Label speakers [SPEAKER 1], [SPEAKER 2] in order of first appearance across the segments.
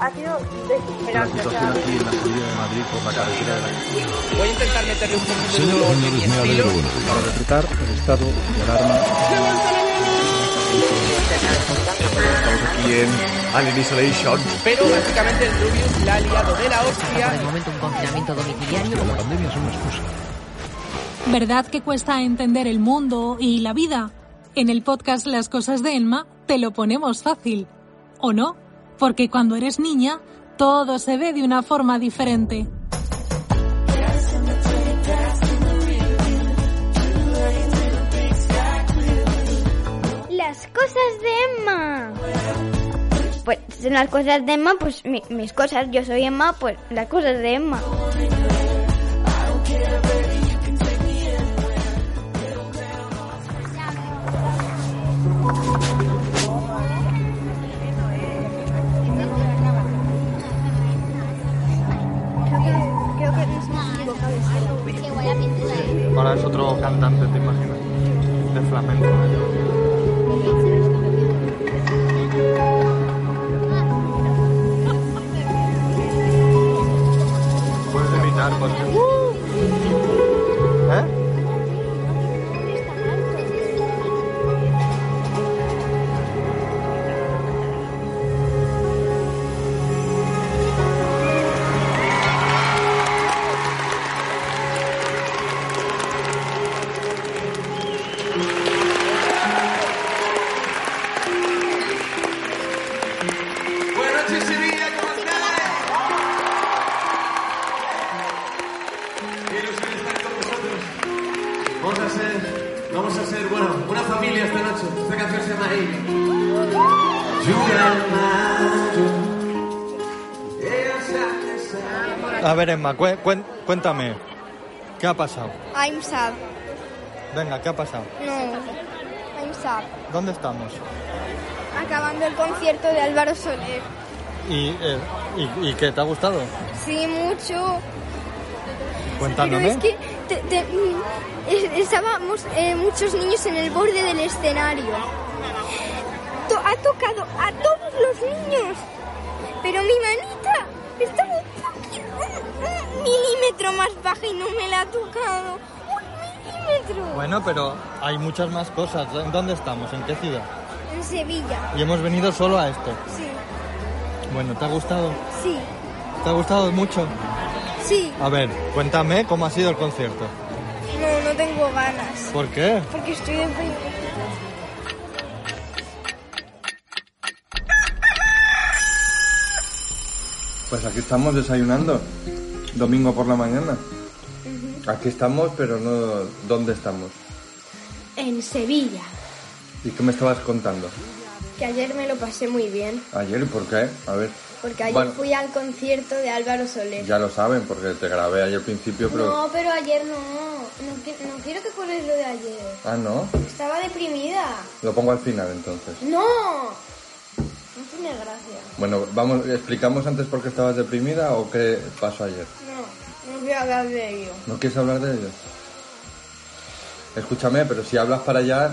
[SPEAKER 1] ha sido desesperante.
[SPEAKER 2] La situación aquí en la salida de Madrid por la carretera de la
[SPEAKER 3] Voy a intentar meterle un poquito de
[SPEAKER 4] Señoras y
[SPEAKER 3] humor y
[SPEAKER 4] señores, me
[SPEAKER 3] estilo.
[SPEAKER 4] alegro.
[SPEAKER 2] pues, Para decretar el estado de alarma. Estamos aquí en Alien Isolation.
[SPEAKER 3] Pero básicamente el Rubius la ha liado de la
[SPEAKER 5] Por el
[SPEAKER 3] hostia.
[SPEAKER 5] momento un confinamiento domiciliario.
[SPEAKER 4] La pandemia es una excusa.
[SPEAKER 6] ¿Verdad que cuesta entender el mundo y la vida? En el podcast Las cosas de Elma te lo ponemos fácil. ¿O no? Porque cuando eres niña, todo se ve de una forma diferente.
[SPEAKER 7] Las cosas de Emma. Pues en las cosas de Emma, pues mi- mis cosas, yo soy Emma, pues las cosas de Emma.
[SPEAKER 2] Ahora es otro cantante, te imaginas. De flamenco. Puedes imitar, por ejemplo. ¿Eh?
[SPEAKER 8] Qué ilusión estar con vosotros. Vamos a ser, vamos a ser, bueno, una familia esta noche. Esta canción se llama Amy.
[SPEAKER 2] A ver, Emma, cué- cuen- cuéntame. ¿Qué ha pasado?
[SPEAKER 7] I'm sad.
[SPEAKER 2] Venga, ¿qué ha pasado?
[SPEAKER 7] No. I'm sad.
[SPEAKER 2] ¿Dónde estamos?
[SPEAKER 7] Acabando el concierto de Álvaro Soler.
[SPEAKER 2] ¿Y, eh, y, y qué te ha gustado?
[SPEAKER 7] Sí, mucho. Pero
[SPEAKER 2] Cuéntanos.
[SPEAKER 7] es que te- te- mm, es- estábamos eh, muchos niños en el borde del escenario. To- ha tocado a todos los niños. Pero mi manita estaba un, poqui- un- un milímetro más baja y no me la ha tocado. Un milímetro.
[SPEAKER 2] Bueno, pero hay muchas más cosas. ¿Dó- ¿Dónde estamos? ¿En qué ciudad?
[SPEAKER 7] En Sevilla,
[SPEAKER 2] Y hemos venido solo a esto.
[SPEAKER 7] sí,
[SPEAKER 2] Bueno, ¿te ha gustado?
[SPEAKER 7] sí,
[SPEAKER 2] ¿Te ha gustado mucho?
[SPEAKER 7] sí.
[SPEAKER 2] A ver, cuéntame cómo ha sido el concierto.
[SPEAKER 7] No, no tengo ganas.
[SPEAKER 2] ¿Por qué?
[SPEAKER 7] Porque estoy deprimida.
[SPEAKER 9] Pues aquí estamos desayunando, domingo por la mañana. Aquí estamos, pero no dónde estamos.
[SPEAKER 7] En Sevilla.
[SPEAKER 9] ¿Y qué me estabas contando?
[SPEAKER 7] Que ayer me lo pasé muy bien.
[SPEAKER 9] Ayer, ¿por qué? A ver.
[SPEAKER 7] Porque ayer
[SPEAKER 9] Bueno.
[SPEAKER 7] fui al concierto de Álvaro Soler.
[SPEAKER 9] Ya lo saben, porque te grabé ayer al principio, pero...
[SPEAKER 7] No, pero ayer no. No, qui- no quiero que corres lo de ayer.
[SPEAKER 9] Ah, ¿no?
[SPEAKER 7] Estaba deprimida.
[SPEAKER 9] Lo pongo al final, entonces.
[SPEAKER 7] ¡No! No tiene gracia.
[SPEAKER 9] Bueno, vamos, ¿explicamos antes por qué estabas deprimida o qué pasó ayer?
[SPEAKER 7] No, no quiero hablar de ello.
[SPEAKER 9] ¿No quieres hablar de ello? Escúchame, pero si hablas para allá...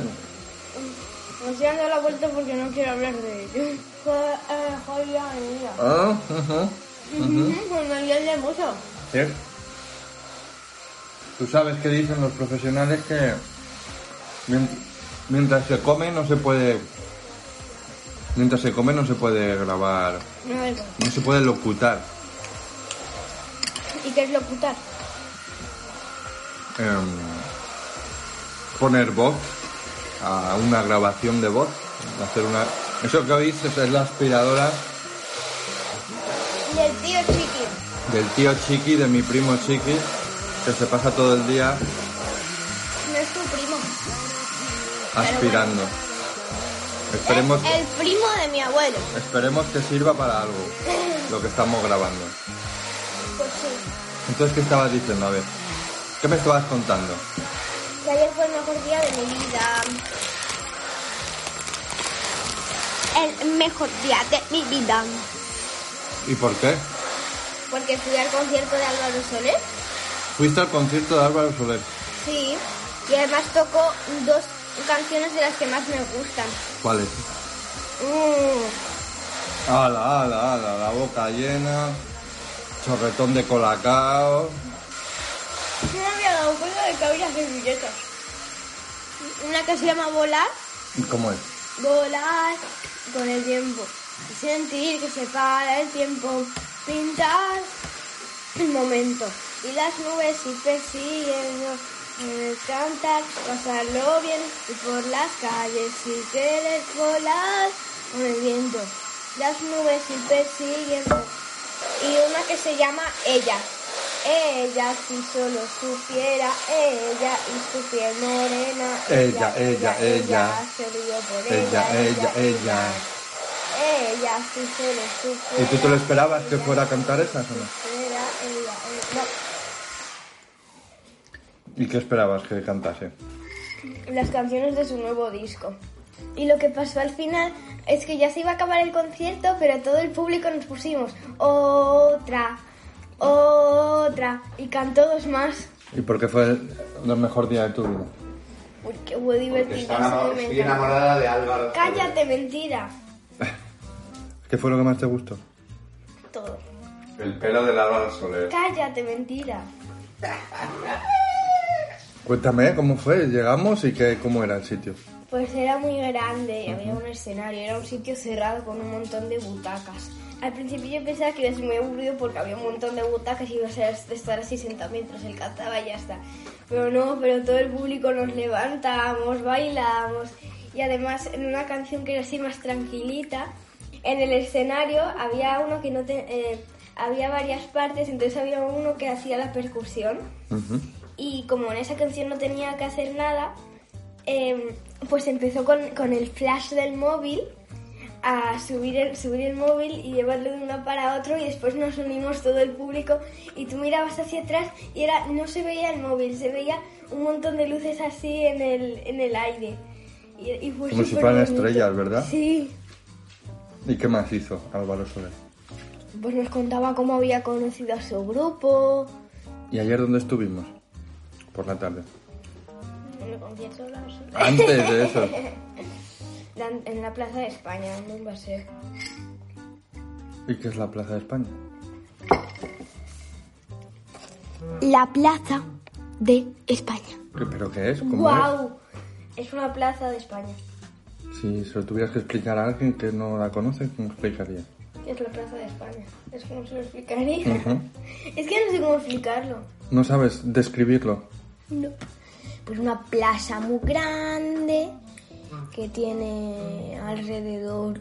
[SPEAKER 7] Me estoy dando la vuelta porque no quiero hablar de ello. Joder, eh, joder, la avenida.
[SPEAKER 9] Ah, ajá.
[SPEAKER 7] Ujú, Con Miguel de Mosa.
[SPEAKER 9] ¿Cierto? Tú sabes que dicen los profesionales que mien- mientras se come no se puede mientras se come no se puede grabar,
[SPEAKER 7] No, da igual.
[SPEAKER 9] no se puede locutar.
[SPEAKER 7] ¿Y qué es locutar?
[SPEAKER 9] em, poner voz a una grabación de voz, hacer una eso que oís es la aspiradora
[SPEAKER 7] Y el tío Chiqui.
[SPEAKER 9] del tío Chiqui, de mi primo Chiqui, que se pasa todo el día
[SPEAKER 7] No es tu primo.
[SPEAKER 9] aspirando. Esperemos
[SPEAKER 7] el primo de mi abuelo.
[SPEAKER 9] Esperemos que sirva para algo lo que estamos grabando.
[SPEAKER 7] Pues sí.
[SPEAKER 9] Entonces, ¿qué estabas diciendo? A ver, ¿qué me estabas contando?
[SPEAKER 7] Que ayer fue el mejor día de mi vida. El mejor día de mi vida.
[SPEAKER 9] ¿Y por qué?
[SPEAKER 7] Porque fui al concierto de Álvaro Soler.
[SPEAKER 9] Fuiste al concierto de Álvaro Soler.
[SPEAKER 7] Sí. Y además tocó dos canciones de las que más me gustan.
[SPEAKER 9] ¿Cuál es?
[SPEAKER 7] Mm.
[SPEAKER 9] Ala, ala, ala, la boca llena, chorretón de colacao.
[SPEAKER 1] Yo me había dado cuenta de que había servilletas. Una que se llama volar,
[SPEAKER 9] ¿Y cómo es?
[SPEAKER 1] volar con el tiempo. Sentir que se para el tiempo. Pintar el momento. Y las nubes y persiguiendo. eh, Cantar, pasarlo bien y por las calles y querer volar con el viento. Las nubes y persiguiendo. Y una que se llama Ella. Ella, si solo supiera, ella y su piel morena.
[SPEAKER 9] Ella, ella, ella.
[SPEAKER 1] se rió por
[SPEAKER 9] Ella, ella, ella.
[SPEAKER 1] Ella, si solo supiera.
[SPEAKER 9] ¿Y tú te lo esperabas que fuera a cantar esas o no?
[SPEAKER 1] Era ella, ella.
[SPEAKER 9] ¿Y qué esperabas que cantase?
[SPEAKER 1] las canciones de su nuevo disco. Y lo que pasó al final es que ya se iba a acabar el concierto, pero todo el público nos pusimos otra, otra, y cantó dos más,
[SPEAKER 9] ¿Y por qué fue el, el mejor día de tu vida?
[SPEAKER 1] porque fue divertido.
[SPEAKER 4] Estoy enamorada de Álvaro.
[SPEAKER 1] Cállate, mentira.
[SPEAKER 9] ¿Qué fue lo que más te gustó?
[SPEAKER 1] Todo.
[SPEAKER 4] El pelo de Álvaro Soler.
[SPEAKER 1] Cállate, mentira.
[SPEAKER 9] Cuéntame cómo fue, llegamos y qué, cómo era el sitio.
[SPEAKER 1] Pues era muy grande, había un escenario, era un sitio cerrado con un montón de butacas. Al principio yo pensaba que iba a ser muy aburrido porque había un montón de butacas y iba a ser de estar así sentado mientras él cantaba y ya está. Pero no, pero todo el público nos levantamos, bailamos y además en una canción que era así más tranquilita, en el escenario había uno que no te- eh, había varias partes, entonces había uno que hacía la percusión
[SPEAKER 9] Ujú.
[SPEAKER 1] y como en esa canción no tenía que hacer nada, eh, pues empezó con, con el flash del móvil a subir el, subir el móvil y llevarlo de uno para otro y después nos unimos todo el público y tú mirabas hacia atrás y era no se veía el móvil, se veía un montón de luces así en el, en el aire. Y, y fue
[SPEAKER 9] Como si
[SPEAKER 1] superbonito.
[SPEAKER 9] fueran estrellas, ¿verdad?
[SPEAKER 1] Sí.
[SPEAKER 9] ¿Y qué más hizo Álvaro Soler?
[SPEAKER 1] Pues nos contaba cómo había conocido a su grupo.
[SPEAKER 9] ¿Y ayer dónde estuvimos? Por la tarde.
[SPEAKER 1] En el concierto, la verdad.
[SPEAKER 9] Antes de eso.
[SPEAKER 1] Dan- En la Plaza de España, en un paseo.
[SPEAKER 9] ¿Y qué es la Plaza de España?
[SPEAKER 7] La plaza de España.
[SPEAKER 9] ¿Qué- ¿Pero qué es? ¿Cómo
[SPEAKER 1] ¡Guau! Es una plaza de España.
[SPEAKER 9] es? Si se lo tuvieras que explicar a alguien que no la conoce, ¿cómo explicaría?
[SPEAKER 1] Es la plaza de España. Es como se lo explicaría.
[SPEAKER 9] Ujú.
[SPEAKER 1] Es que no sé cómo explicarlo.
[SPEAKER 9] No sabes describirlo.
[SPEAKER 1] Pues una plaza muy grande que tiene alrededor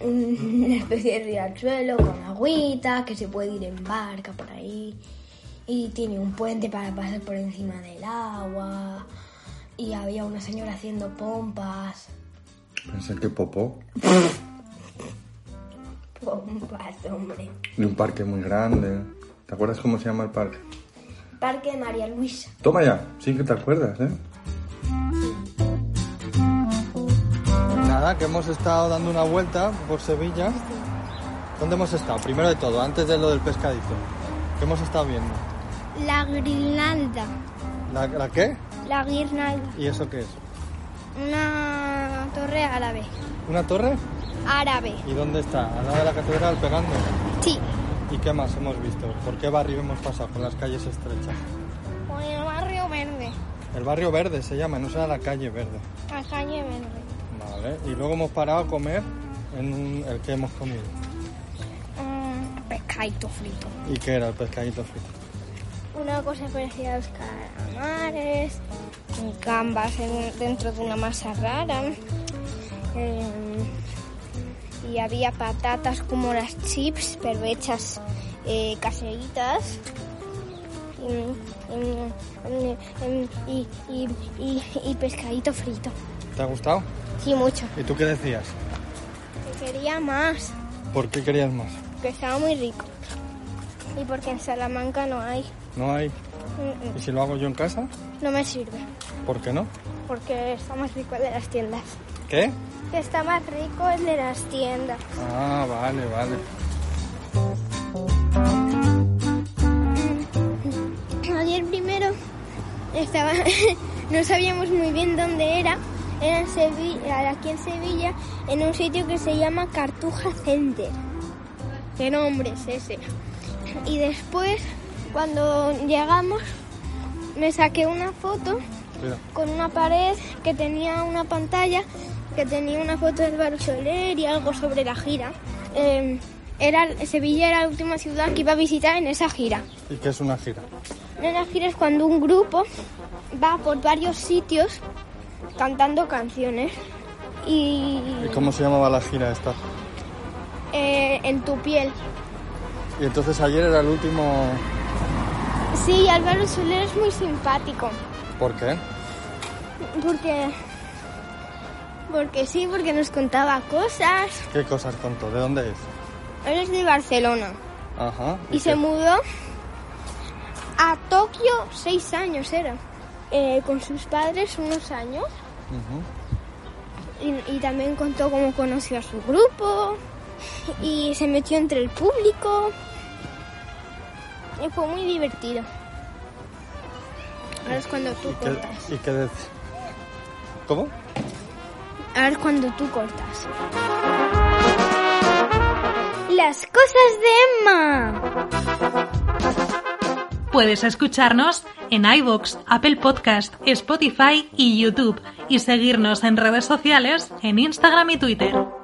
[SPEAKER 1] una especie de riachuelo con agüita que se puede ir en barca por ahí y tiene un puente para pasar por encima del agua y había una señora haciendo pompas
[SPEAKER 9] Pensé que popó.
[SPEAKER 1] pompas hombre
[SPEAKER 9] De un parque muy grande. ¿Te acuerdas cómo se llama el parque?
[SPEAKER 1] Parque de María Luisa
[SPEAKER 9] Toma ya, sí que te acuerdas, ¿eh?
[SPEAKER 2] Nada, que hemos estado dando una vuelta por Sevilla. ¿Dónde hemos estado? Primero de todo, antes de lo del pescadito. ¿Qué hemos estado viendo?
[SPEAKER 7] La guirnalda.
[SPEAKER 2] ¿La, la qué?
[SPEAKER 7] La guirnalda.
[SPEAKER 2] ¿Y eso qué es?
[SPEAKER 7] Una torre árabe.
[SPEAKER 2] ¿Una torre?
[SPEAKER 7] Árabe.
[SPEAKER 2] ¿Y dónde está? Al lado de la catedral, pegando.
[SPEAKER 7] Sí.
[SPEAKER 2] ¿Y qué más hemos visto? ¿Por qué barrio hemos pasado? Con las calles estrechas.
[SPEAKER 7] Con el barrio verde.
[SPEAKER 2] El barrio verde se llama, no será la calle verde.
[SPEAKER 7] La calle verde.
[SPEAKER 2] Vale. Y luego hemos parado a comer en un- el que hemos comido.
[SPEAKER 7] Ah, pescadito pues, frito.
[SPEAKER 2] ¿Y qué era el pescadito frito?
[SPEAKER 7] Una cosa parecida a los calamares, con gambas en- dentro de una masa rara. eh, y había patatas como las chips, pero hechas eh, caseritas. Y, y- y- y- y pescadito frito.
[SPEAKER 2] ¿Te ha gustado?
[SPEAKER 7] Sí, mucho.
[SPEAKER 2] ¿Y tú qué decías?
[SPEAKER 7] Quería más,
[SPEAKER 2] ¿Por qué querías más?
[SPEAKER 7] que estaba muy rico. Y porque en Salamanca no hay.
[SPEAKER 2] ¿No hay?
[SPEAKER 7] Mm,
[SPEAKER 2] ¿Y si lo hago yo en casa?
[SPEAKER 7] mm, No me sirve.
[SPEAKER 2] ¿Por qué no?
[SPEAKER 7] Porque está más rico el de las tiendas.
[SPEAKER 2] ¿Qué?
[SPEAKER 7] Que está más rico el de las tiendas.
[SPEAKER 2] Ah, vale, vale.
[SPEAKER 7] Ayer primero estaba, no sabíamos muy bien dónde era
[SPEAKER 1] era en Sevilla, aquí en Sevilla, en un sitio que se llama Cartuja Center. ¿Qué nombre es ese? Y después, cuando llegamos, me saqué una foto
[SPEAKER 2] Espera.
[SPEAKER 1] con una pared que tenía una pantalla que tenía una foto de Álvaro Soler y algo sobre la gira. Eh, era, Sevilla era la última ciudad que iba a visitar en esa gira.
[SPEAKER 2] ¿Y qué es una gira?
[SPEAKER 1] Una gira es cuando un grupo va por varios sitios cantando canciones y
[SPEAKER 2] ¿Y cómo se llamaba la gira esta?
[SPEAKER 1] eh, en tu piel.
[SPEAKER 2] Y entonces ayer era el último...
[SPEAKER 1] Sí, Álvaro Soler es muy simpático.
[SPEAKER 2] ¿Por qué?
[SPEAKER 1] Porque. Porque sí, porque nos contaba cosas.
[SPEAKER 2] ¿Qué cosas contó? ¿De dónde es?
[SPEAKER 1] Él es de Barcelona.
[SPEAKER 2] Ajá.
[SPEAKER 1] Y se
[SPEAKER 2] qué?
[SPEAKER 1] mudó a Tokio seis años era. Eh, con sus padres unos años.
[SPEAKER 2] Ujú.
[SPEAKER 1] Y, y también contó cómo conoció a su grupo. Y se metió entre el público. Y fue muy divertido. Ahora es cuando tú
[SPEAKER 2] ¿Y
[SPEAKER 1] cortas.
[SPEAKER 2] qué, y qué dec- ¿Cómo?
[SPEAKER 1] Ahora es cuando tú cortas. Las cosas de Emma.
[SPEAKER 6] Puedes escucharnos en iVoox, Apple Podcast, Spotify y YouTube y seguirnos en redes sociales en Instagram y Twitter.